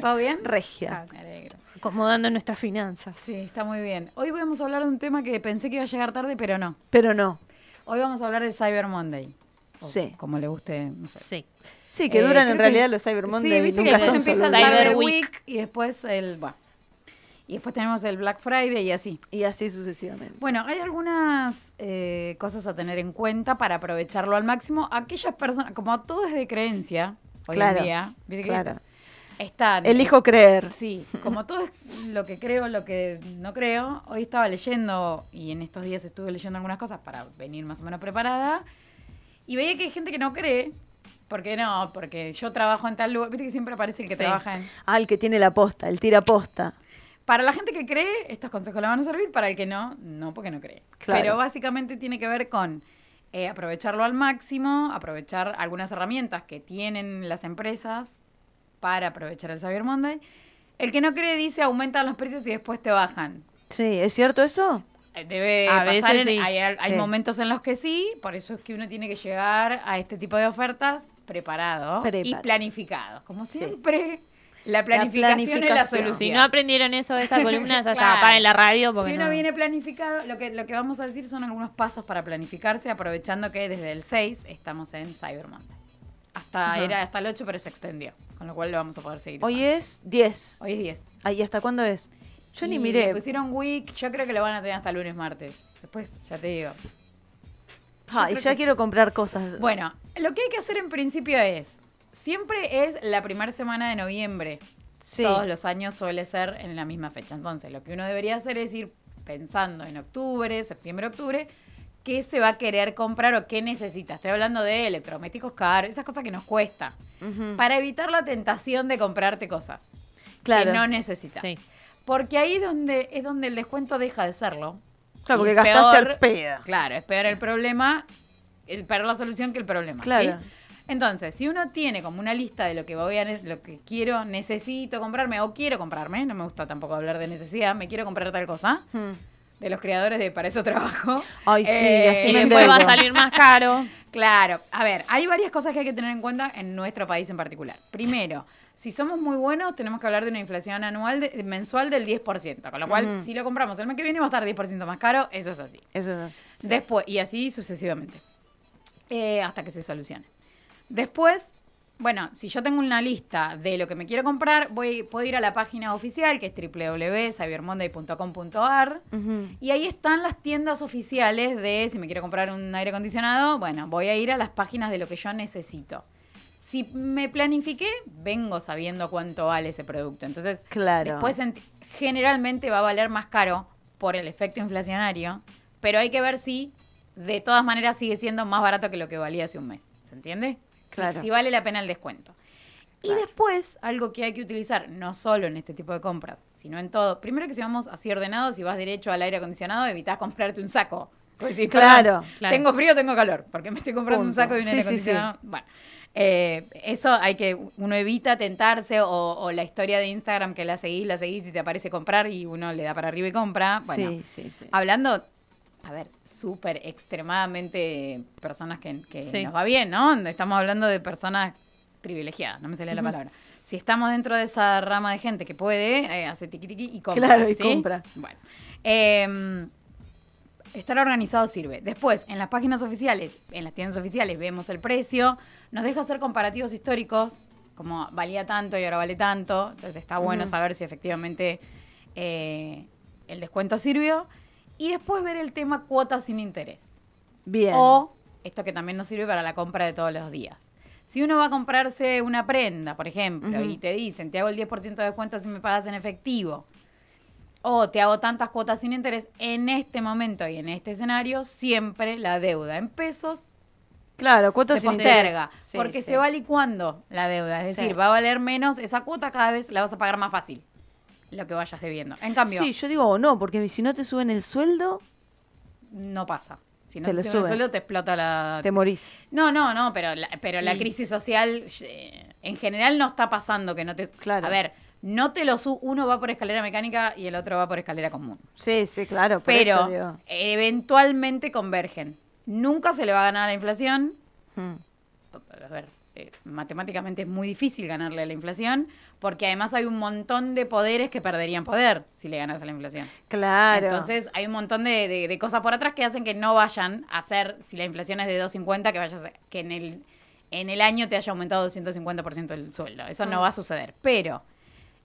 ¿Todo bien? Regia. Ah, me alegro. acomodando nuestras finanzas. Sí, está muy bien. Hoy vamos a hablar de un tema que pensé que iba a llegar tarde, pero no. Pero no. Hoy vamos a hablar de Cyber Monday. O Sí. Como le guste, no sé. Sí. Sí, que Eh, duran creo en que- realidad los Cyber Monday. Sí, viste que nunca después son empieza el solo Cyber Cyber Week. Week. y después el. Bueno. Y después tenemos el Black Friday y así. Y así sucesivamente. Bueno, hay algunas eh, cosas a tener en cuenta para aprovecharlo al máximo. Aquellas personas, como todo es de creencia hoy Claro, en día, ¿viste que claro. están- Elijo creer. Sí, como todo es lo que creo, lo que no creo, hoy estaba leyendo y en estos días estuve leyendo algunas cosas para venir más o menos preparada y veía que hay gente que no cree, porque no, porque yo trabajo en tal lugar, viste que siempre aparece el que Sí. trabaja en... Ah, el que tiene la posta, el tira posta. Para la gente que cree, estos consejos le van a servir, para el que no, no porque no cree. Claro. Pero básicamente tiene que ver con eh, aprovecharlo al máximo, aprovechar algunas herramientas que tienen las empresas para aprovechar el Cyber Monday. El que no cree dice aumentan los precios y después te bajan. Sí, ¿es cierto eso? Eh, Debe A pasar, veces en- sí. hay, hay Sí. momentos en los que sí, por eso es que uno tiene que llegar a este tipo de ofertas preparado y Preparado. planificado. Como Sí. siempre, la planificación, es la planificación. solución. Si no aprendieron eso de esta columna, ya Claro. está, paren la radio. Porque Si uno no- viene planificado, lo que, lo que vamos a decir son algunos pasos para planificarse, aprovechando que desde el 6 estamos en Cyber Monday. Hasta, era hasta el 8, pero se extendió, con lo cual lo vamos a poder seguir. Hoy usando. es 10. Hoy es 10. Ah, ¿Y hasta cuándo es? Yo ni Y pues miré. le pusieron week, yo creo que lo van a tener hasta lunes, martes. Después, ya te digo. Ay, creo Ah, ya que quiero comprar cosas. Bueno, lo que hay que hacer en principio es, siempre es la primera semana de noviembre. Sí. Todos los años suele ser en la misma fecha. Entonces, lo que uno debería hacer es ir pensando en octubre, septiembre, octubre, qué se va a querer comprar o qué necesita. Estoy hablando de electrodomésticos caros, esas cosas que nos cuesta. Ujú. Para evitar la tentación de comprarte cosas Claro. que no necesitas. Sí. Porque ahí donde, es donde el descuento deja de serlo. Y Claro, porque es gastaste peor- al pedo. Claro, es peor el problema, el peor la solución que el problema. Claro. ¿sí? Entonces, si uno tiene como una lista de lo que voy a ne- lo que quiero, necesito comprarme o quiero comprarme, no me gusta tampoco hablar de necesidad, me quiero comprar tal cosa, Mm. de los creadores de para eso trabajo. eh, Ay, sí, así Y me después va a envuelvo. salir más caro. Claro, a ver, hay varias cosas que hay que tener en cuenta en nuestro país en particular. Primero, si somos muy buenos, tenemos que hablar de una inflación anual de- mensual del 10%, con lo cual si lo compramos el mes que viene va a estar 10% más caro, eso es así. Eso es así. Después, y así sucesivamente. Eh, hasta que se solucione. Después, bueno, si yo tengo una lista de lo que me quiero comprar, voy, puedo ir a la página oficial que es www.cybermonday.com.ar Ujú. y ahí están las tiendas oficiales de si me quiero comprar un aire acondicionado, bueno, voy a ir a las páginas de lo que yo necesito. Si me planifiqué, vengo sabiendo cuánto vale ese producto. Entonces, Claro. después enti- generalmente va a valer más caro por el efecto inflacionario, pero hay que ver si de todas maneras sigue siendo más barato que lo que valía hace un mes. ¿Se entiende? Si- Claro. si vale la pena el descuento. Y después, algo que hay que utilizar, no solo en este tipo de compras, sino en todo. Primero que si vamos así ordenados, si vas derecho al aire acondicionado, evitás comprarte un saco. Pues sí, Claro, claro. Tengo frío, tengo calor, porque me estoy comprando un Punto. saco y un aire Sí, sí, sí. acondicionado. Bueno, eh, eso hay que, uno evita tentarse o, o la historia de Instagram que la seguís, la seguís y te aparece comprar y uno le da para arriba y compra. Bueno, Ah, sí, sí, sí. Hablando, a ver, súper extremadamente personas que, que Sí. nos va bien, ¿no? Estamos hablando de personas privilegiadas, no me sale la palabra. Si estamos dentro de esa rama de gente que puede, eh, hace tiquitiqui y compra. Claro, y ¿sí? compra. Bueno. Eh, Estar organizado sirve. Después, en las páginas oficiales, en las tiendas oficiales, vemos el precio. Nos deja hacer comparativos históricos, como valía tanto y ahora vale tanto. Entonces está bueno saber si efectivamente eh, el descuento sirvió. Y después ver el tema cuotas sin interés. Bien. O esto que también nos sirve para la compra de todos los días. Si uno va a comprarse una prenda, por ejemplo, y te dicen, te hago el 10% de descuento si me pagas en efectivo, o te hago tantas cuotas sin interés, en este momento y en este escenario, siempre la deuda en pesos claro, cuotas se sin interés. posterga, Sí, porque sí. se va licuando la deuda, es Sí. decir, va a valer menos, esa cuota cada vez la vas a pagar más fácil, lo que vayas debiendo. En cambio, Sí, yo digo o no, porque si no te suben el sueldo, no pasa. Si no Te te, lo suben el suben. sueldo, te explota la... te morís. No, no, no, pero la, pero la Mm. Y- crisis social eh, en general no está pasando que no te... Claro. A ver, no te lo su... Uno va por escalera mecánica y el otro va por escalera común. Sí, sí, claro. por eso Pero digo. eventualmente convergen. Nunca se le va a ganar a la inflación. Mm. A ver, eh, matemáticamente es muy difícil ganarle a la inflación, porque además hay un montón de poderes que perderían poder si le ganas a la inflación. Claro. Entonces hay un montón de, de- de cosas por atrás que hacen que no vayan a ser, si la inflación es de 2,50, que vayas a- que en el, en el año te haya aumentado 250% el sueldo. Eso no va a suceder. Pero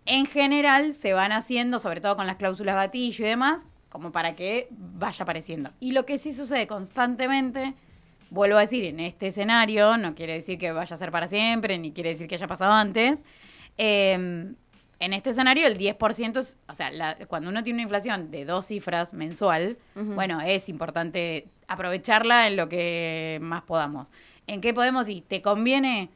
en general se van haciendo, sobre todo con las cláusulas gatillo y demás, como para que vaya apareciendo. Y lo que sí sucede constantemente, vuelvo a decir, en este escenario, no quiere decir que vaya a ser para siempre, ni quiere decir que haya pasado antes. eh, en este escenario, el 10%, es- o sea, la- cuando uno tiene una inflación de dos cifras mensual, bueno, es importante aprovecharla en lo que más podamos. ¿En qué podemos? Y te conviene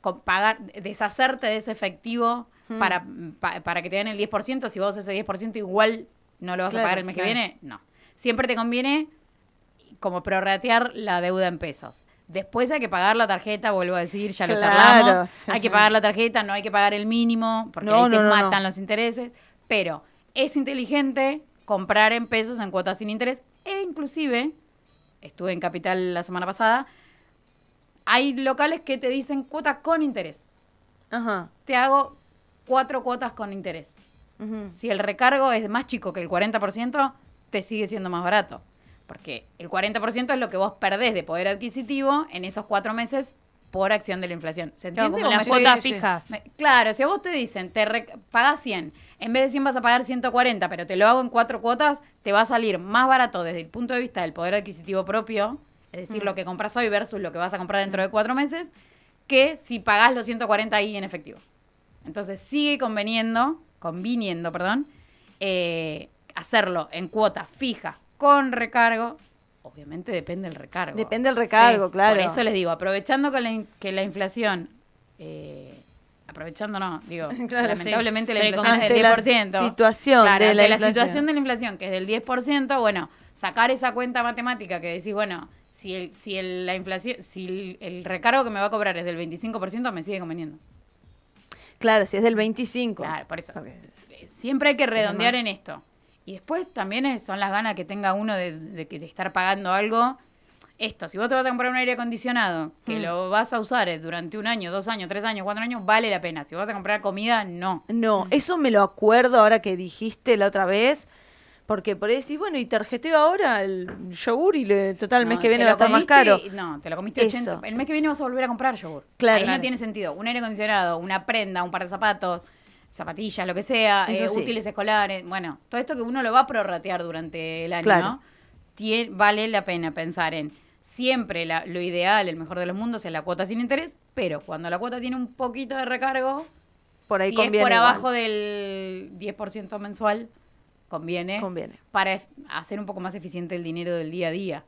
con- pagar, deshacerte de ese efectivo para, pa- para que te den el 10%, si vos ese 10% igual no lo vas a Claro, pagar el mes claro. que viene, no. Siempre te conviene como prorratear la deuda en pesos. Después hay que pagar la tarjeta, vuelvo a decir, ya lo Claro, charlamos. sí. Hay que pagar la tarjeta, no hay que pagar el mínimo, porque No, ahí te no, no, no. matan los intereses. Pero es inteligente comprar en pesos en cuotas sin interés. E inclusive, estuve en Capital la semana pasada, hay locales que te dicen cuota con interés. Ajá. Te hago cuatro cuotas con interés. Ujú. Si el recargo es más chico que el 40%, te sigue siendo más barato. Porque el 40% es lo que vos perdés de poder adquisitivo en esos cuatro meses por acción de la inflación. ¿Se Claro, entiende? como o las me cuotas estoy- fijas. me- claro, si a vos te dicen, te re- pagás 100, en vez de 100 vas a pagar 140, pero te lo hago en cuatro cuotas, te va a salir más barato desde el punto de vista del poder adquisitivo propio, es Mm. decir, lo que compras hoy versus lo que vas a comprar dentro de cuatro meses, que si pagás los 140 ahí en efectivo. Entonces sigue conveniendo, conviniendo, perdón, eh, hacerlo en cuotas fijas con recargo. Obviamente depende del recargo. Depende del recargo, claro. Por eso les digo, aprovechando que la, in- que la inflación, eh, aprovechando no, digo, Claro, lamentablemente la sí. Pero inflación es ante del la 10%. situación Claro, de la ante inflación. situación de la inflación, que es del 10%, bueno, sacar esa cuenta matemática que decís, bueno, si el, si el- la inflación, si el, el recargo que me va a cobrar es del 25%, me sigue conveniendo. Claro, si es del 25. Claro, por eso. Porque- S- Siempre hay que redondear en esto. Y después también es- son las ganas que tenga uno de, de que- de estar pagando algo. Esto, si vos te vas a comprar un aire acondicionado, que Mm. lo vas a usar eh, durante un año, dos años, tres años, cuatro años, vale la pena. Si vas a comprar comida, no. No, eso me lo acuerdo ahora que dijiste la otra vez. Porque por ahí decís, bueno, y tarjeteo ahora el yogur y le, total, el mes No, que viene te va a lo estar más comiste caro. y- No, te lo comiste Eso. 80. El mes que viene vas a volver a comprar yogur. Claro. Ahí Claro. no tiene sentido. Un aire acondicionado, una prenda, un par de zapatos, zapatillas, lo que sea, Eso eh, sí. útiles escolares. Bueno, todo esto que uno lo va a prorratear durante el año, Claro. ¿no? Tien- vale la pena pensar en siempre la- lo ideal, el mejor de los mundos, es la cuota sin interés, pero cuando la cuota tiene un poquito de recargo, Por ahí si conviene. es por igual. abajo del 10% mensual, conviene, Conviene. para ef- hacer un poco más eficiente el dinero del día a día.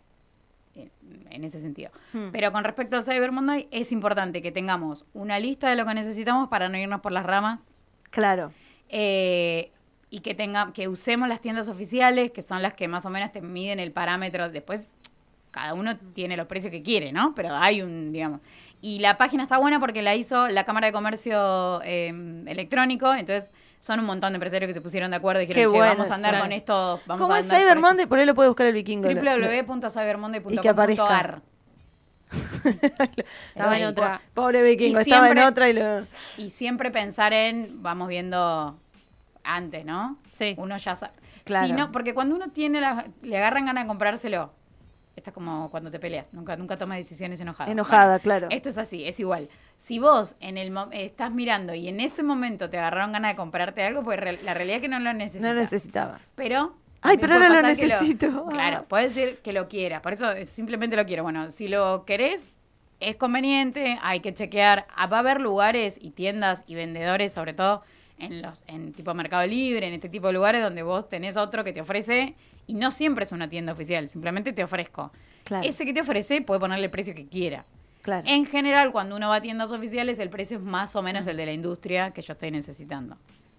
En, en ese sentido. Pero con respecto al Cyber Monday, es importante que tengamos una lista de lo que necesitamos para no irnos por las ramas Claro. eh, y que tenga, que usemos las tiendas oficiales, que son las que más o menos te miden el parámetro. Después, cada uno tiene los precios que quiere, ¿no? Pero hay un, digamos. Y la página está buena porque la hizo la Cámara de Comercio eh, Electrónico, entonces son un montón de empresarios que se pusieron de acuerdo y dijeron, Qué che, bueno vamos a andar eso. con esto, vamos Como a es andar Cyber por Monday, por ahí lo puede buscar el vikingo. lo- lo- Y que aparezca. www.cybermonday.com.ar Estaba Ahí. en otra. Pobre vikingo, Y estaba en siempre- otra y lo... Y siempre pensar en, vamos viendo antes, ¿no? Sí. Uno ya sabe. Claro. Sí, no, porque cuando uno tiene, la- le agarran ganas de comprárselo. Esto es como cuando te peleas, nunca, nunca tomas decisiones enojadas. Enojada, claro. Ah, Esto es así, es igual. Si vos en el mo- eh, estás mirando y en ese momento te agarraron ganas de comprarte algo, pues re- la realidad es que no lo necesitas. No necesitabas. Pero. Ay, también pero puede ahora lo pasar que necesito. claro, puede decir que lo quieras. Por eso eh, simplemente lo quiero. Bueno, si lo querés, es conveniente, hay que chequear. Ah, Va a haber lugares y tiendas y vendedores, sobre todo en los en tipo Mercado Libre, en este tipo de lugares donde vos tenés otro que te ofrece y no siempre es una tienda oficial, simplemente te ofrezco. Claro. Ese que te ofrece puede ponerle el precio que quiera. Claro. En general, cuando uno va a tiendas oficiales, el precio es más o menos el de la industria que yo estoy necesitando.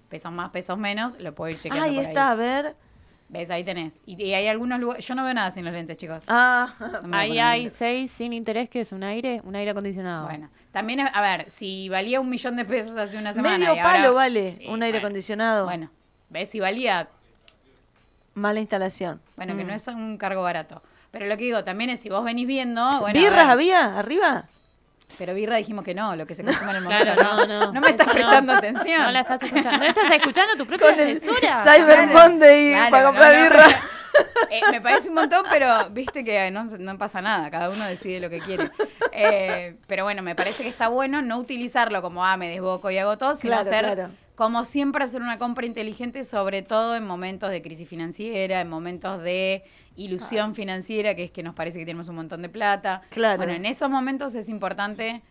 Pesos más, pesos menos, lo puedo ir chequeando. ahí por está, a ver. ¿Ves? Ahí tenés. Y, y hay algunos lugares. Yo no veo nada sin los lentes, chicos. Ah, No me Ahí voy a poner hay lentes. seis sin interés, que es un aire, un aire acondicionado. Bueno, también, a ver, si valía un millón de pesos hace una semana. medio y ahora- palo vale Sí, un aire bueno. acondicionado. Bueno, ¿ves? Si valía. Mala instalación. Bueno, que no es un cargo barato. Pero lo que digo también es si vos venís viendo. Bueno, a ¿Birras ver, había arriba? Pero birra dijimos que no, lo que se consume en el momento. Claro, no, no, no. me estás Eso no. prestando atención. No la estás escuchando. No estás escuchando tu propia Con el censura. Cyber Claro. Monday Claro, para no, comprar no, birra. Eh, me parece un montón, pero viste que eh, no, no pasa nada, cada uno decide lo que quiere. Eh, pero bueno, me parece que está bueno no utilizarlo como, ah, me desboco y hago todo, sino Claro, hacer, claro. como siempre, hacer una compra inteligente, sobre todo en momentos de crisis financiera, en momentos de ilusión financiera, que es que nos parece que tenemos un montón de plata. Claro. Bueno, en esos momentos es importante...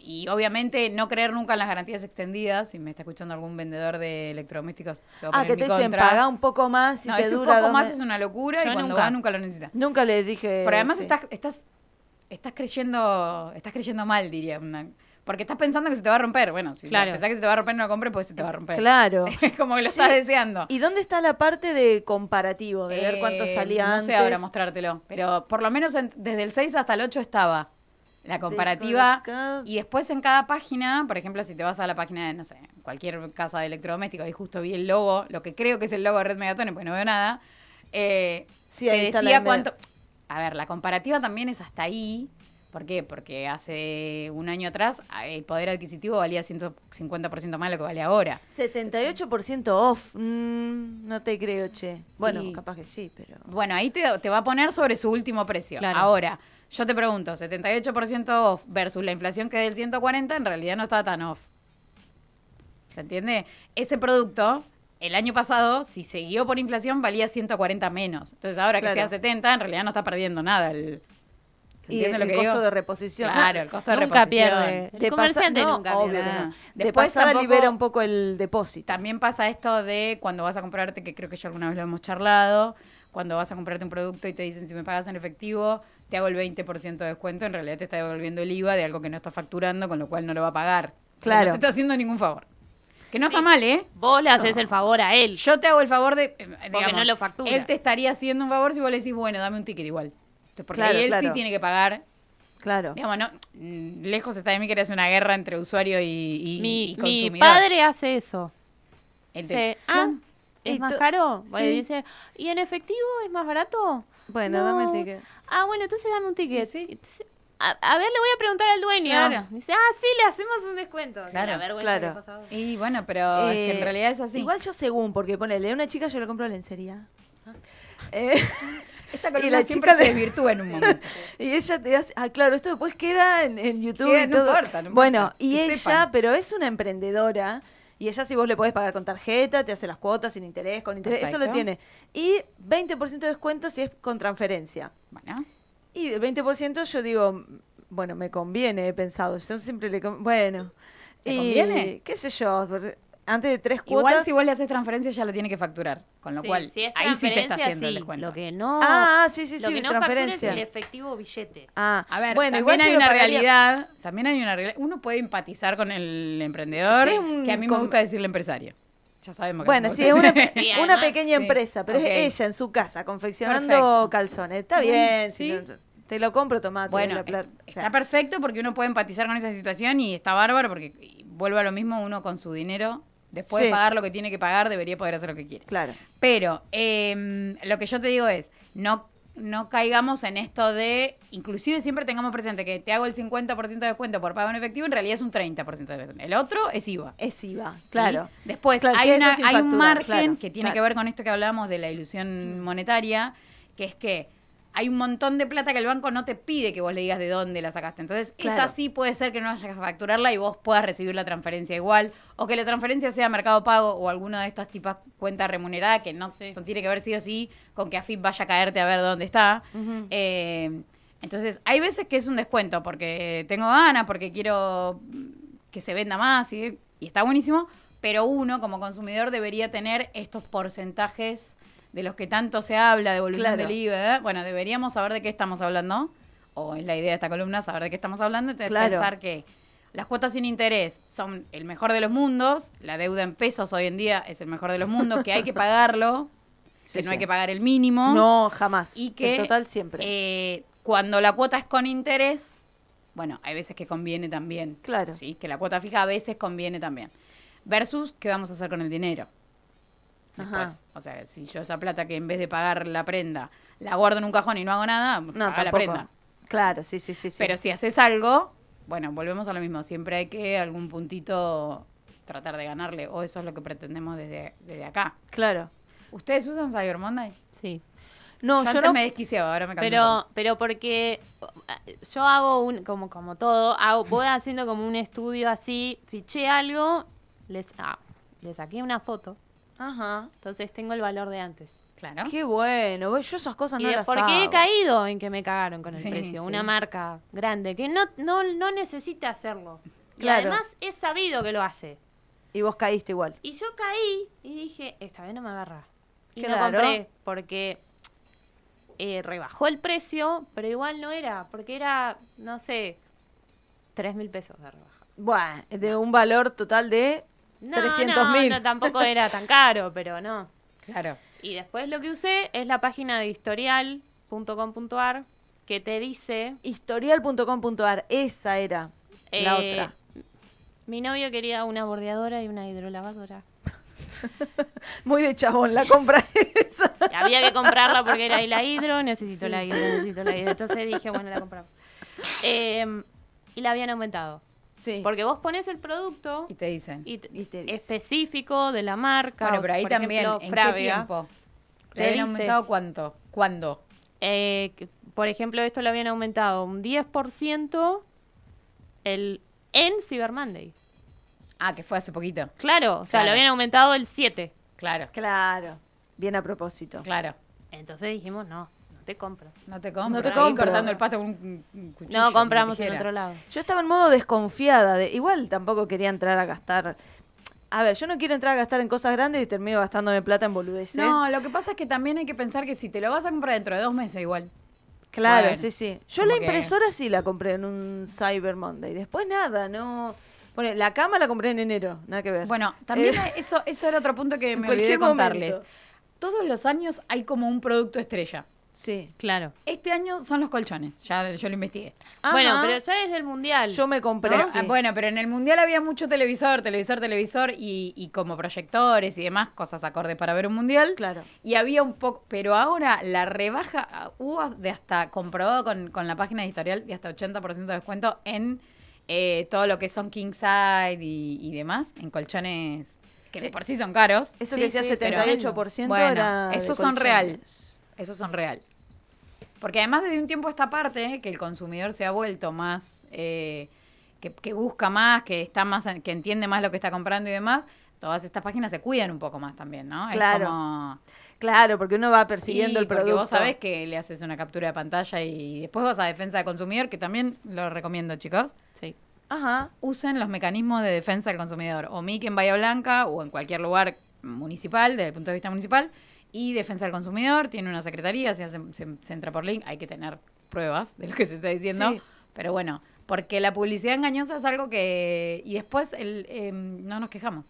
Y obviamente no creer nunca en las garantías extendidas, si me está escuchando algún vendedor de electrodomésticos. se va a Ah, poner que en te mi dicen, contra. paga un poco más y No, te ese un dura poco dos más meses. es una locura Yo y cuando nunca. va nunca lo necesitas. Nunca le dije. Pero además Eh, sí. estás, estás, estás creyendo, estás creyendo mal, diría una- Porque estás pensando que se te va a romper. Bueno, si Claro. pensás que se te va a romper no lo compres, pues se te va a romper. Claro. Es como que lo estás deseando. ¿Y dónde está la parte de comparativo? De ver cuánto Eh, salía no antes. sé ahora mostrártelo, pero por lo menos en- desde el 6 hasta el 8 estaba la comparativa. Descolocado. Y después en cada página, por ejemplo, si te vas a la página de, no sé, cualquier casa de electrodomésticos, ahí justo vi el logo, lo que creo que es el logo de Red Megatone, pues no veo nada. Eh, Sí, ahí te está la decía de cuánto. A ver, la comparativa también es hasta ahí. ¿Por qué? Porque hace un año atrás ah, el poder adquisitivo valía 150% más de lo que vale ahora. 78% off. Mm, no te creo, che. Bueno, Y- capaz que sí, pero. Bueno, ahí te, te va a poner sobre su último precio. Claro. Ahora, yo te pregunto, 78% off versus la inflación que es del 140, en realidad no está tan off. ¿Se entiende? Ese producto, el año pasado, si siguió por inflación, valía 140 menos. Entonces, ahora Claro. que sea 70, en realidad no está perdiendo nada. El, ¿Se Y entiende lo el que costo digo? de reposición. Claro, el costo de Nunca reposición. pierde. El De comerciante pasa- no, nunca obvio pierde. que no. De Después pasada tampoco- libera un poco el depósito. También pasa esto de cuando vas a comprarte, que creo que ya alguna vez lo hemos charlado, cuando vas a comprarte un producto y te dicen si me pagas en efectivo, te hago el 20% de descuento, en realidad te está devolviendo el IVA de algo que no está facturando, con lo cual no lo va a pagar. O sea, Claro. No te está haciendo ningún favor. Que no está mal, ¿eh? Vos le haces el favor a él. Yo te hago el favor de... eh, digamos, no lo factura. Él te estaría haciendo un favor si vos le decís, bueno, dame un ticket igual. Entonces, Porque Claro, ahí él sí claro. tiene que pagar. Claro. Digamos, no, mm, lejos está de mí que eres una guerra entre usuario y, y- y mi, mi consumidor. padre hace eso. Él te- Dice, ah, Y ¿es más to- caro? Bueno, sí. dice, ¿y en efectivo es más barato? Bueno, No. dame el ticket. Ah, bueno, entonces dame un ticket. Sí, sí. Entonces, a, a ver, le voy a preguntar al dueño. Claro. Dice, ah, sí, le hacemos un descuento. Claro, La vergüenza que claro. pasa ahora. Y bueno, pero es que en Eh, realidad es así. Igual yo según, porque ponele, a una chica yo le compro lencería. Ah. Eh, Esta y columna la siempre chica se de- desvirtúa en un momento. y ella te hace, ah, claro, esto después queda en, en YouTube Queda- y no todo. importa, no importa, bueno, y que ella, sepan. pero es una emprendedora. Y ella si vos le podés pagar con tarjeta, te hace las cuotas sin interés, con interés, eso lo Perfecto. tiene. Y 20% de descuento si es con transferencia. Bueno, Y del 20% yo digo, "Mm, bueno, me conviene, he pensado. Yo siempre le... con- Bueno. ¿Te y, conviene? ¿Qué sé yo? porque Antes de tres cuotas... igual si vos le haces transferencia ya lo tiene que facturar. Con lo Sí, cual, si es ahí sí te está transferencia, haciendo el sí. descuento. Lo que no. Ah, sí, sí, lo sí, que no transferencia. factura es el efectivo billete. Ah, A ver, bueno, también igual hay yo lo una pagaría- realidad. También hay una realidad. Uno puede empatizar con el emprendedor, Sí, es un que a mí com- me gusta decirle empresario. Ya sabemos que Bueno, me sí, gusta es una, decir- Sí, una además, pequeña sí. empresa, pero Ok. es ella en su casa confeccionando Perfecto. calzones. Está Bueno, bien, si sí. no- te lo compro, tomate. Bueno, está perfecto porque uno puede empatizar con esa situación y está bárbaro porque y vuelve a lo mismo uno con su dinero. Después de Sí. pagar lo que tiene que pagar, debería poder hacer lo que quiere. Claro. Pero eh, lo que yo te digo es, no, no caigamos en esto de, inclusive siempre tengamos presente que te hago el 50% de descuento por pago en efectivo, en realidad es un 30% de descuento. El otro es IVA. ¿sí? Es IVA, claro. Después Claro, hay, que eso una- sin hay un factura, margen claro, que tiene claro. Mm. que ver con esto que hablábamos de la ilusión monetaria, que es que hay un montón de plata que el banco no te pide que vos le digas de dónde la sacaste. Entonces, Claro. esa sí puede ser que no vayas a facturarla y vos puedas recibir la transferencia igual, o que la transferencia sea Mercado Pago o alguna de estas tipas cuenta remunerada que no, Sí. no tiene que ver sí o sí con que AFIP vaya a caerte a ver dónde Mm. está. Eh, entonces, hay veces que es un descuento porque tengo ganas, porque quiero mm, que se venda más y, y está buenísimo, pero uno como consumidor debería tener estos porcentajes de los que tanto se habla, de evolución Claro. del IVA. ¿eh? Bueno, deberíamos saber de qué estamos hablando, o es la idea de esta columna, saber de qué estamos hablando, entonces Claro. pensar que las cuotas sin interés son el mejor de los mundos, la deuda en pesos hoy en día es el mejor de los mundos, que hay que pagarlo, Sí, que no sí. hay que pagar el mínimo. No, jamás. Y que, en total siempre. eh, cuando la cuota es con interés, bueno, hay veces que conviene también. Claro. ¿sí? Que la cuota fija a veces conviene también. Versus, ¿qué vamos a hacer con el dinero? Después. O sea, si yo esa plata que en vez de pagar la prenda, la guardo en un cajón y no hago nada, pues, no, paga la tampoco. prenda. Claro, sí, sí, sí. sí. Pero si haces algo, bueno, volvemos a lo mismo. Siempre hay que algún puntito tratar de ganarle, o eso es lo que pretendemos desde, desde acá. Claro. ¿Ustedes usan Cyber Monday? Sí. No, yo yo, antes no. me desquiciaba, ahora me cambié. un Pero, poco. pero porque eh, yo hago un, como, como todo, hago, voy haciendo como un estudio así, fiché algo, les, ah, le saqué una foto, Ajá. entonces tengo el valor de antes. Claro. Qué bueno. ve, Yo esas cosas Y no de las por qué he hago. caído en que me cagaron con el Sí, precio. Una sí. marca grande que no, no, no necesita hacerlo. Y Claro. además es sabido que lo hace. Y vos caíste igual. Y yo caí y dije, esta vez no me agarra. Y no Claro. compré porque eh, rebajó el precio, pero igual no era, porque era, no sé, tres mil pesos de rebaja. Bueno, de un valor total de No, 300 no, mil. no, tampoco era tan caro, pero no. Claro. Y después lo que usé es la página de historial.com.ar que te dice Historial.com.ar, esa era la Eh, otra. Mi novio quería una bordeadora y una hidrolavadora. Muy de chabón la compra esa. Y había que comprarla porque era ahí la hidro, necesito la hidro, necesito la hidro. Entonces dije, bueno, la compramos. Eh, y la habían aumentado. Sí. Porque este vos pones el producto Y te dicen. y t- Y te dice. específico de la marca. bueno, no pero sé, ahí por también, ejemplo, ¿en qué Fravia. tiempo? Te ¿Te habían dice- aumentado cuánto? ¿Cuándo? Eh, que, por ejemplo, esto lo habían aumentado un 10% el, en Cyber Monday. Ah, que fue hace poquito. Claro, o sea, Claro. lo habían aumentado el 7%. Claro, Claro. Bien a propósito. claro. Entonces dijimos, no, no te compro. No te compro. No te seguí compro. cortando el pato con un, un cuchillo. No, compramos una en tijera. otro lado. Yo estaba en modo desconfiada. De, igual tampoco quería entrar a gastar. A ver, yo no quiero entrar a gastar en cosas grandes y termino gastándome plata en boludeces. No, lo que pasa es que también hay que pensar que si te lo vas a comprar dentro de dos meses igual. Claro, Bueno, sí, sí. Yo como la que- impresora sí la compré en un Cyber Monday. Después nada, no. Bueno, la cama la compré en enero, nada que ver. Bueno, también Eh, hay- eso, ese era otro punto que en me olvidé cualquier contarles. momento. Todos los años hay como un producto estrella. Sí. Claro. Este año son los colchones, ya yo lo investigué. Bueno, Ajá. pero ya es del mundial. yo me compré. Pero, sí. ah, bueno, pero en el mundial había mucho televisor, televisor, televisor y, y como proyectores y demás cosas acorde para ver un mundial. Claro. Y había un poco, pero ahora la rebaja ah, hubo de hasta, comprobado con, con la página de historial, de hasta 80% de descuento en eh, todo lo que son king side y, y demás, en colchones que de por sí son caros. Eso Sí, que decía sí, 78% Bueno, era de esos son colchones. reales. Esos son real. Porque además desde un tiempo a esta parte que el consumidor se ha vuelto más, eh, que, que busca más, que está más, que entiende más lo que está comprando y demás, todas estas páginas se cuidan un poco más también, ¿no? Claro. Es como, Claro, porque uno va persiguiendo Sí, el producto. Porque vos sabés que le haces una captura de pantalla y después vas a defensa de consumidor, que también lo recomiendo, chicos. Sí. Ajá. Usen los mecanismos de defensa del consumidor, o MIC en Bahía Blanca o en cualquier lugar municipal, desde el punto de vista municipal. Y defensa del consumidor, tiene una secretaría, se, hace- se- se entra por link, hay que tener pruebas de lo que se está diciendo. Sí. Pero bueno, porque la publicidad engañosa es algo que. Y después el, em, no nos quejamos.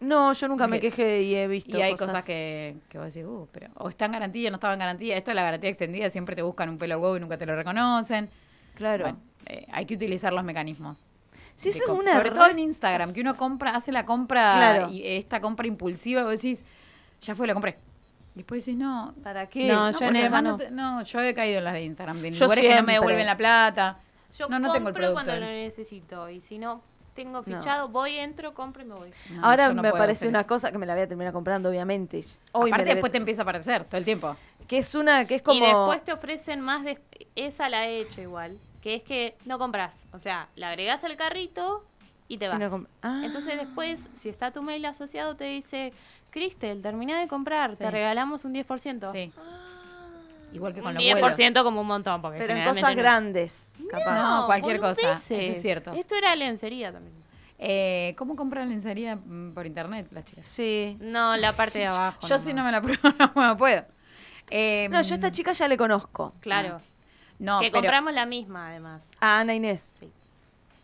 No, yo nunca me Que- quejé y he visto. Y hay cosas, que, que vos decís, uh, pero o está en garantía, no estaba en garantía. Esto de la garantía extendida, siempre te buscan un pelo huevo y nunca te lo reconocen. Claro. Bueno, eh, hay que utilizar los mecanismos. Sí, de esa es compra. una Sobre todo re- en Instagram, que uno compra, hace la compra, Claro. y esta compra impulsiva, y vos decís, ya fue, la compré. Después decís, no. ¿Para qué? No, yo porque en esa además no. te- no, yo he caído en las de Instagram, de Yo lugares que no me siempre. devuelven la plata. Yo no, no tengo el producto. compro cuando lo necesito y si no tengo fichado, voy, entro, compro y me voy. No, Ahora yo no me puedo parece hacer una eso. cosa que me la voy a terminar comprando, obviamente. Hoy Aparte, me la voy a- después te empieza a aparecer todo el tiempo. Que es una, que es como. eh, Y después te ofrecen más de... Esa la he hecho igual, que es que no compras. O sea, la agregás al carrito y te Y vas. no comp- Ah. Entonces después, si está tu mail asociado, te dice, Cristel, termina de comprar, Sí. te regalamos un 10%. Sí. Ah, Igual que con Un los vuelos. 10% como un montón, porque Pero en generalmente cosas no. grandes, capaz. No, cualquier cosa. boludeces. Eso es cierto. Esto era lencería también. Eh, ¿Cómo compran lencería mm, por internet las chicas? Sí. No, la parte de abajo. Yo si no me la pruebo, no me puedo. Eh, No, yo a esta chica ya le conozco. Claro. No, que pero... compramos la misma, además. A Ana Inés.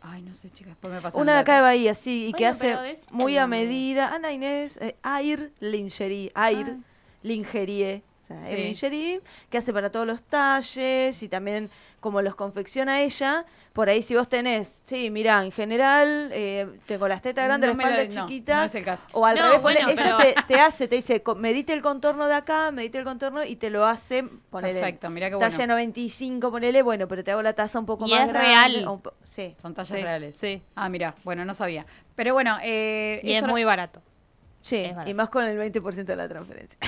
Ay, no sé, chicas, después me pasa Una de acá de Bahía, sí, y que Bueno, pero hace decí el muy a nombre. Ah. medida. Ana Inés, eh, Air Lingerie. Air Lingerie. esa, Sí. Evelyn Sherif, que hace para todos los talles y también como los confecciona ella. Por ahí si vos tenés, sí, mirá, en general eh, tengo las tetas grandes, No la me lo- espalda no, chiquita. no es el caso. O al No, revés, ponele, bueno, ella pero- te, te hace, te dice, "Co- medite el contorno de acá, medite el contorno y te lo hace, ponele. Perfecto, mirá qué talla bueno. 95, ponele, bueno, pero te hago la taza un poco Y más es grande. real. o un po- sí. Son tallas Sí, reales. sí. Ah, mira, bueno, no sabía. Pero bueno, eh, Y es eso- muy barato. Sí, Es barato. y más con el 20% de la transferencia.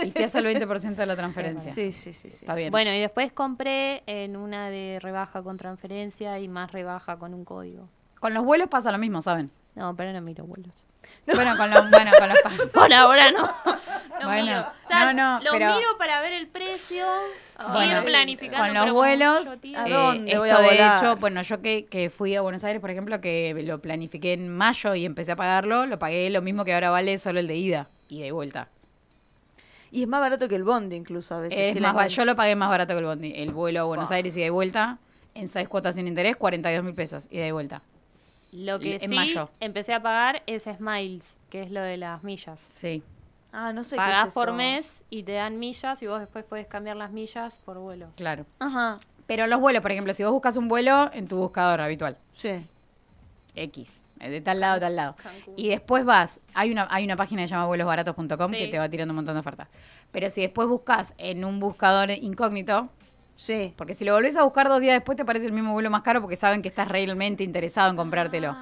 y te hace el 20% de la transferencia. Sí, sí, sí. sí. Está bien. Bueno, y después compré en una de rebaja con transferencia y más rebaja con un código. Con los vuelos pasa lo mismo, ¿saben? No, pero no miro vuelos. Bueno, con los, bueno, con los pa- Por ahora no. No Bueno, miro. O no, sea, no, lo pero- miro para ver el precio. Bueno, ir planificando. con los pero como vuelos. mucho tiempo. ¿A eh, dónde esto voy a de volar? hecho, bueno, yo que, que fui a Buenos Aires, por ejemplo, que lo planifiqué en mayo y empecé a pagarlo, lo pagué lo mismo que ahora vale solo el de ida y de vuelta. Y es más barato que el bondi incluso a veces. Es si la más, ba- yo encuentras. lo pagué más barato que el bondi. El vuelo a Buenos Aires y de vuelta, en seis cuotas sin interés, 42 mil pesos y de vuelta. Lo que en sí mayo. empecé a pagar es Smiles, que es lo de las millas. Sí. Ah, no sé qué Pagás es por eso. mes y te dan millas y vos después podés cambiar las millas por vuelos. Claro. Ajá, Pero los vuelos, por ejemplo, si vos buscas un vuelo en tu buscador habitual, sí. X, eh, de tal lado, tal lado. Cancún. Y después vas, hay una, hay una página que se llama vuelosbaratos.com que Sí. te va tirando un montón de ofertas. Pero si después buscas en un buscador incógnito, Sí. porque si lo volvés a buscar dos días después te parece el mismo vuelo más caro porque saben que estás realmente interesado en comprártelo.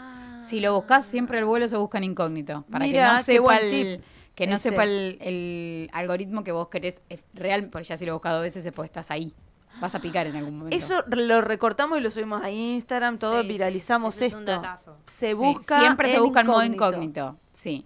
Si lo buscas, siempre el vuelo se busca en incógnito. Para Ah. Mirá, que no qué sepa buen el, tip que no ese. sepa el, el algoritmo que vos querés es real, porque ya si lo buscas dos veces después estás ahí. Vas a picar en algún momento. Eso lo recortamos y lo subimos a Instagram, todo Sí, viralizamos sí, ese es esto. un datazo. Se Sí, busca. Siempre se en busca en modo incógnito. Sí.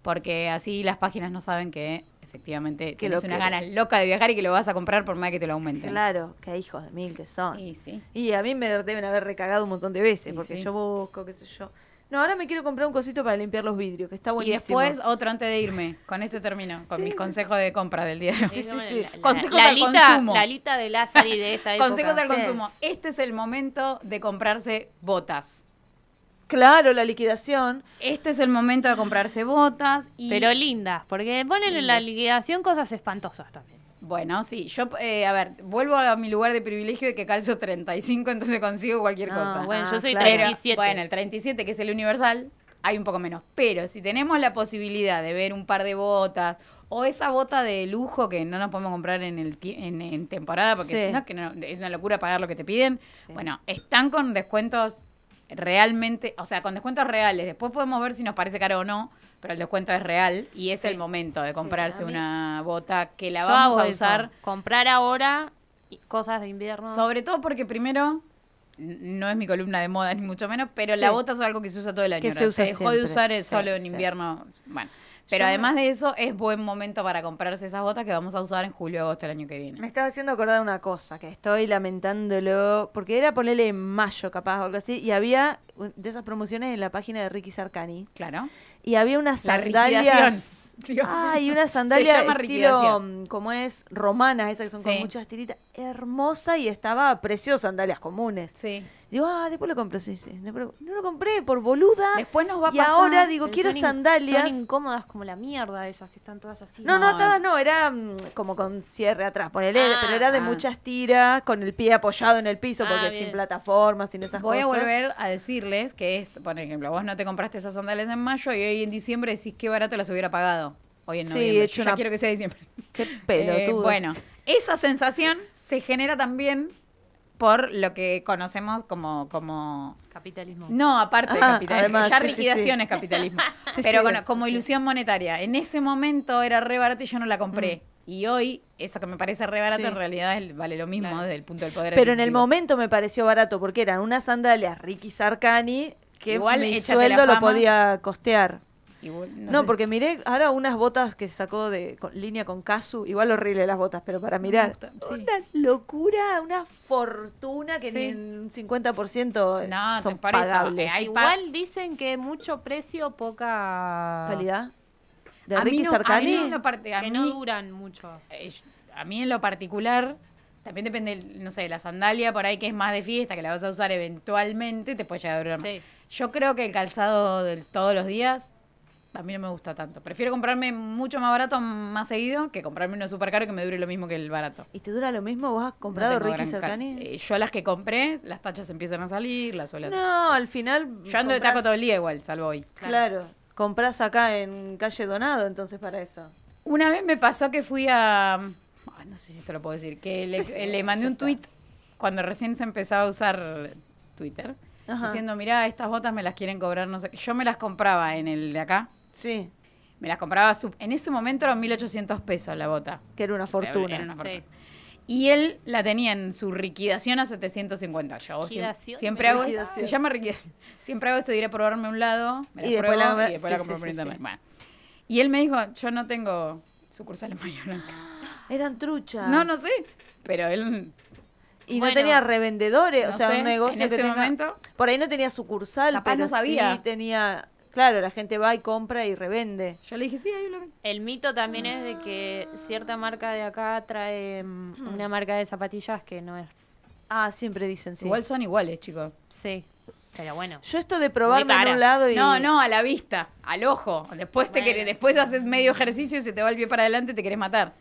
Porque así las páginas no saben que efectivamente Que lo tienes unas querés. ganas locas de viajar y que lo vas a comprar por más que te lo aumenten. Claro, qué hijos de mil que son. Y sí. Y a mí me deben haber recagado un montón de veces, Y porque sí. yo busco, qué sé yo. No, ahora me quiero comprar un cosito para limpiar los vidrios, que está Y buenísimo. después otro antes de irme. Con este termino. Con Sí, mis sí. consejos de compra del día de hoy. Sí, sí, como sí. la- la- Consejos la al lista- consumo. La lista de Lázari de esta época. Consejos al sí. consumo. Este es el momento de comprarse botas. Claro, la liquidación. Este es el momento de comprarse botas y Pero lindas, porque ponen en la liquidación cosas espantosas también. bueno, sí, yo eh, a ver, vuelvo a mi lugar de privilegio de que calzo 35, entonces consigo cualquier No, cosa. Bueno, Ah, yo soy claro. Pero, 37. Bueno, el 37, que es el universal, hay un poco menos. Pero si tenemos la posibilidad de ver un par de botas o esa bota de lujo que no nos podemos comprar en el ti- en, en temporada porque Sí. no, que no- es una locura pagar lo que te piden. Sí. Bueno, están con descuentos realmente, o sea, con descuentos reales. Después podemos ver si nos parece caro o no, pero el descuento es real y es el momento de Sí, comprarse a mí- una bota que la Yo vamos hago a eso, usar. Comprar ahora y- cosas de invierno. Ah. Sobre todo porque primero n- no es mi columna de moda ni mucho menos, pero Sí. la bota es algo que se usa todo el año. Que ahora. se usa dejó de siempre. usar eh, Sí, solo en sí. invierno. Bueno, pero Yo me- además de eso es buen momento para comprarse esas botas que vamos a usar en julio agosto el año que viene. Me estaba haciendo acordar una cosa que estoy lamentándolo, porque era ponerle en mayo capaz o algo así, y había un- de esas promociones en la página de Ricky Sarkani, Claro. y había unas La sandalias. liquidación. Dios Ay, mío. una Se sandalia llama estilo, liquidación. mm, como es, romanas, esas que son Sí. con muchas tiritas, hermosa y estaba preciosa, sandalias comunes. Sí. Digo, ah, después lo compré, sí, sí. después lo- no lo compré por boluda. Ah, Después nos va a y pasar- ahora Pero digo, quiero son in- sandalias. Son incómodas como la mierda esas que están todas así. No, no, No, atadas no, era mm, como con cierre atrás, ponele, Ah, pero era de ah. muchas tiras, con el pie apoyado en el piso, Ah, porque bien. sin plataforma, sin esas Voy cosas. a volver a decirles que es, por ejemplo, vos no te compraste esas sandalias en mayo y hoy en diciembre decís qué barato las hubiera pagado. Hoy en Sí, noviembre. he Yo ya hecho una- quiero que sea diciembre. Qué pelotudo. Eh, bueno, esa sensación se genera también por lo que conocemos como, como Capitalismo. no, aparte de Ah, capitalismo, además, ya sí, sí, liquidación sí. es capitalismo, Sí, pero sí. con- como ilusión monetaria. En ese momento era re barato y yo no la compré. Y hoy, eso que me parece re barato, Mm. Sí. en realidad es- vale lo mismo desde el punto del poder Pero en el adquisitivo. momento me pareció barato, porque eran unas sandalias Ricky Sarcani que Igual, mi échate la sueldo lo fama. podía costear. Y vos- No, sé si- porque miré ahora unas botas que sacó de con- línea con Casu, igual horrible las botas, pero para mirar. gusta, sí. Una locura, una fortuna que ni en un 50% No, te eh, son parece, pagables. hay pa- Igual dicen que mucho precio, poca calidad de Ah. a mí Ricky no- a mí Sarkani en lo parte- a que no mí- duran mucho. eh, yo- a mí en lo particular, también depende, no sé, la sandalia por ahí que es más de fiesta, que la vas a usar eventualmente, te puede llegar a durar más. Sí. Yo creo que el calzado de todos los días a mí no me gusta tanto. Prefiero comprarme mucho más barato más seguido que comprarme uno súper caro que me dure lo mismo que el barato. ¿Y te dura lo mismo? ¿Vos has No comprado tengo Ricky gran ca- Cercani? Eh, yo a las que compré, las tachas empiezan a salir, las suelas. No, al final. yo ando de comprás- taco todo el día igual, salvo hoy. Claro. Comprás acá en calle Donado, entonces para eso. Una vez me pasó que fui a. ay, no sé si esto lo puedo decir. Que le, Sí, le mandé ya un está. tweet cuando recién se empezaba a usar Twitter. Ajá. Diciendo, mirá, estas botas me las quieren cobrar, no sé. qué". Yo me las compraba en el de acá. Sí, Me las compraba. sub- En ese momento eran 1800 pesos la bota. que era una fortuna. Era una fortuna. Sí. Y él la tenía en su liquidación a 750. Yo hago siem- Liquidación, siempre hago. liquidación. Se llama liquidación. Siempre hago esto de ir a probarme un lado, me la Y después pruebo la- y después la sí, compro sí, por sí, internet. sí. Bueno. Y él me dijo: Yo no tengo sucursal en Mallorca. Eran truchas. No, no sé. Pero él. Y Bueno, no tenía revendedores, no o sea, sé, un negocio en ese que tenga- momento- Por ahí no tenía sucursal, Capaz pero no sabía. sí tenía... Claro, la gente va y compra y revende. Yo le dije: Sí, ahí lo ven. El mito también es de que cierta marca de acá trae mm, una marca de zapatillas que no es. Ah, siempre dicen sí. Igual son iguales, chicos. Sí. Pero bueno. Yo esto de probarme en cara. un lado y... No, no, a la vista, al ojo. Después te Bueno. querés- después haces medio ejercicio y se te va el pie para adelante y te querés matar.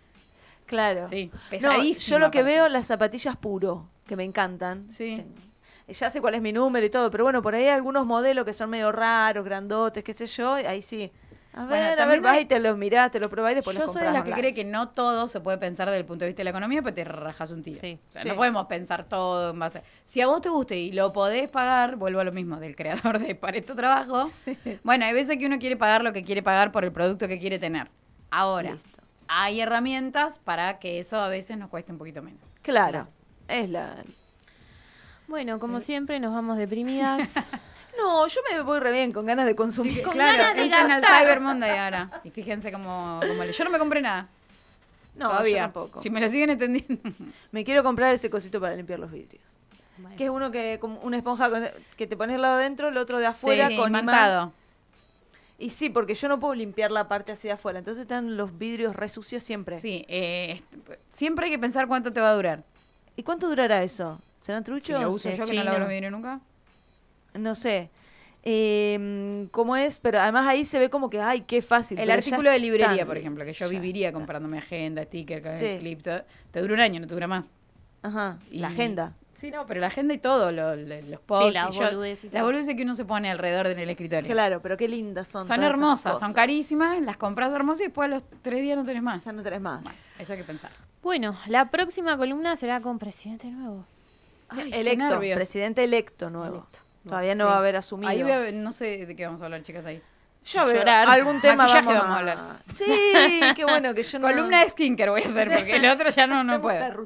Claro. Sí, No, pesadísimo, yo lo que aparte. veo, las zapatillas puro, que me encantan. Sí. Ten- Ya sé cuál es mi número y todo, pero bueno, por ahí hay algunos modelos que son medio raros, grandotes, qué sé yo, y ahí sí. A ver, Bueno, a ver, también vas hay- y te los mirás, te los probás y después Yo los soy de comprás las que cree online. que no todo se puede pensar desde el punto de vista de la economía, pero te rajas un tiro. Sí, O sea, sí. No podemos pensar todo en base. Si a vos te gusta y lo podés pagar, vuelvo a lo mismo del creador de Para esto trabajo. Bueno, hay veces que uno quiere pagar lo que quiere pagar por el producto que quiere tener. Ahora, Listo. hay herramientas para que eso a veces nos cueste un poquito menos. Claro, es la... Bueno, como siempre, nos vamos deprimidas. No, yo me voy re bien con ganas de consumir. Con ganas claro, de entren al gastar. Cyber Monday ahora. Y fíjense cómo, cómo le- Yo no me compré nada. No, todavía. yo tampoco. Si me lo siguen entendiendo. Me quiero comprar ese cosito para limpiar los vidrios. Bueno. Que es uno que, como una esponja con- que te pones al lado de adentro, el otro de afuera Sí, con imán. imantado. Y sí, porque yo no puedo limpiar la parte así de afuera. Entonces están los vidrios re sucios siempre. Sí, eh, est- siempre hay que pensar cuánto te va a durar. ¿Y cuánto durará eso? ¿Serán Si truchos? lo uso sé, yo que no lo chino. abro vidrio nunca. No sé. Eh, ¿Cómo es? Pero además ahí se ve como que, ay, qué fácil. El pero ya artículo de librería, está. por ejemplo, que yo Ya viviría está. comprándome agenda, sticker, Sí. clip, todo. te dura un año, no te dura más. Ajá, la Y- agenda. Sí, no, pero la agenda y todo, lo- lo- los posts. Sí, las y yo- boludeces y Las todo. boludeces que uno se pone alrededor del escritorio. Claro, pero qué lindas son. son todas esas hermosas, son cosas. carísimas, las compras hermosas y después a los tres días no tenés más. Ya no tenés más. Bueno, eso hay que pensar. Bueno, la próxima columna será con presidente nuevo. Ay, qué Ah, electo, nervios. presidente electo nuevo. Electo. Todavía no Sí. va a haber asumido. Ahí voy a- no sé de qué vamos a hablar, chicas, ahí. Yo veo llorar. algún tema Maquillaje vamos, vamos a a hablar. Sí, qué bueno que yo no... Columna de skinker voy a hacer, porque el otro ya no, no Hacemos la puedo.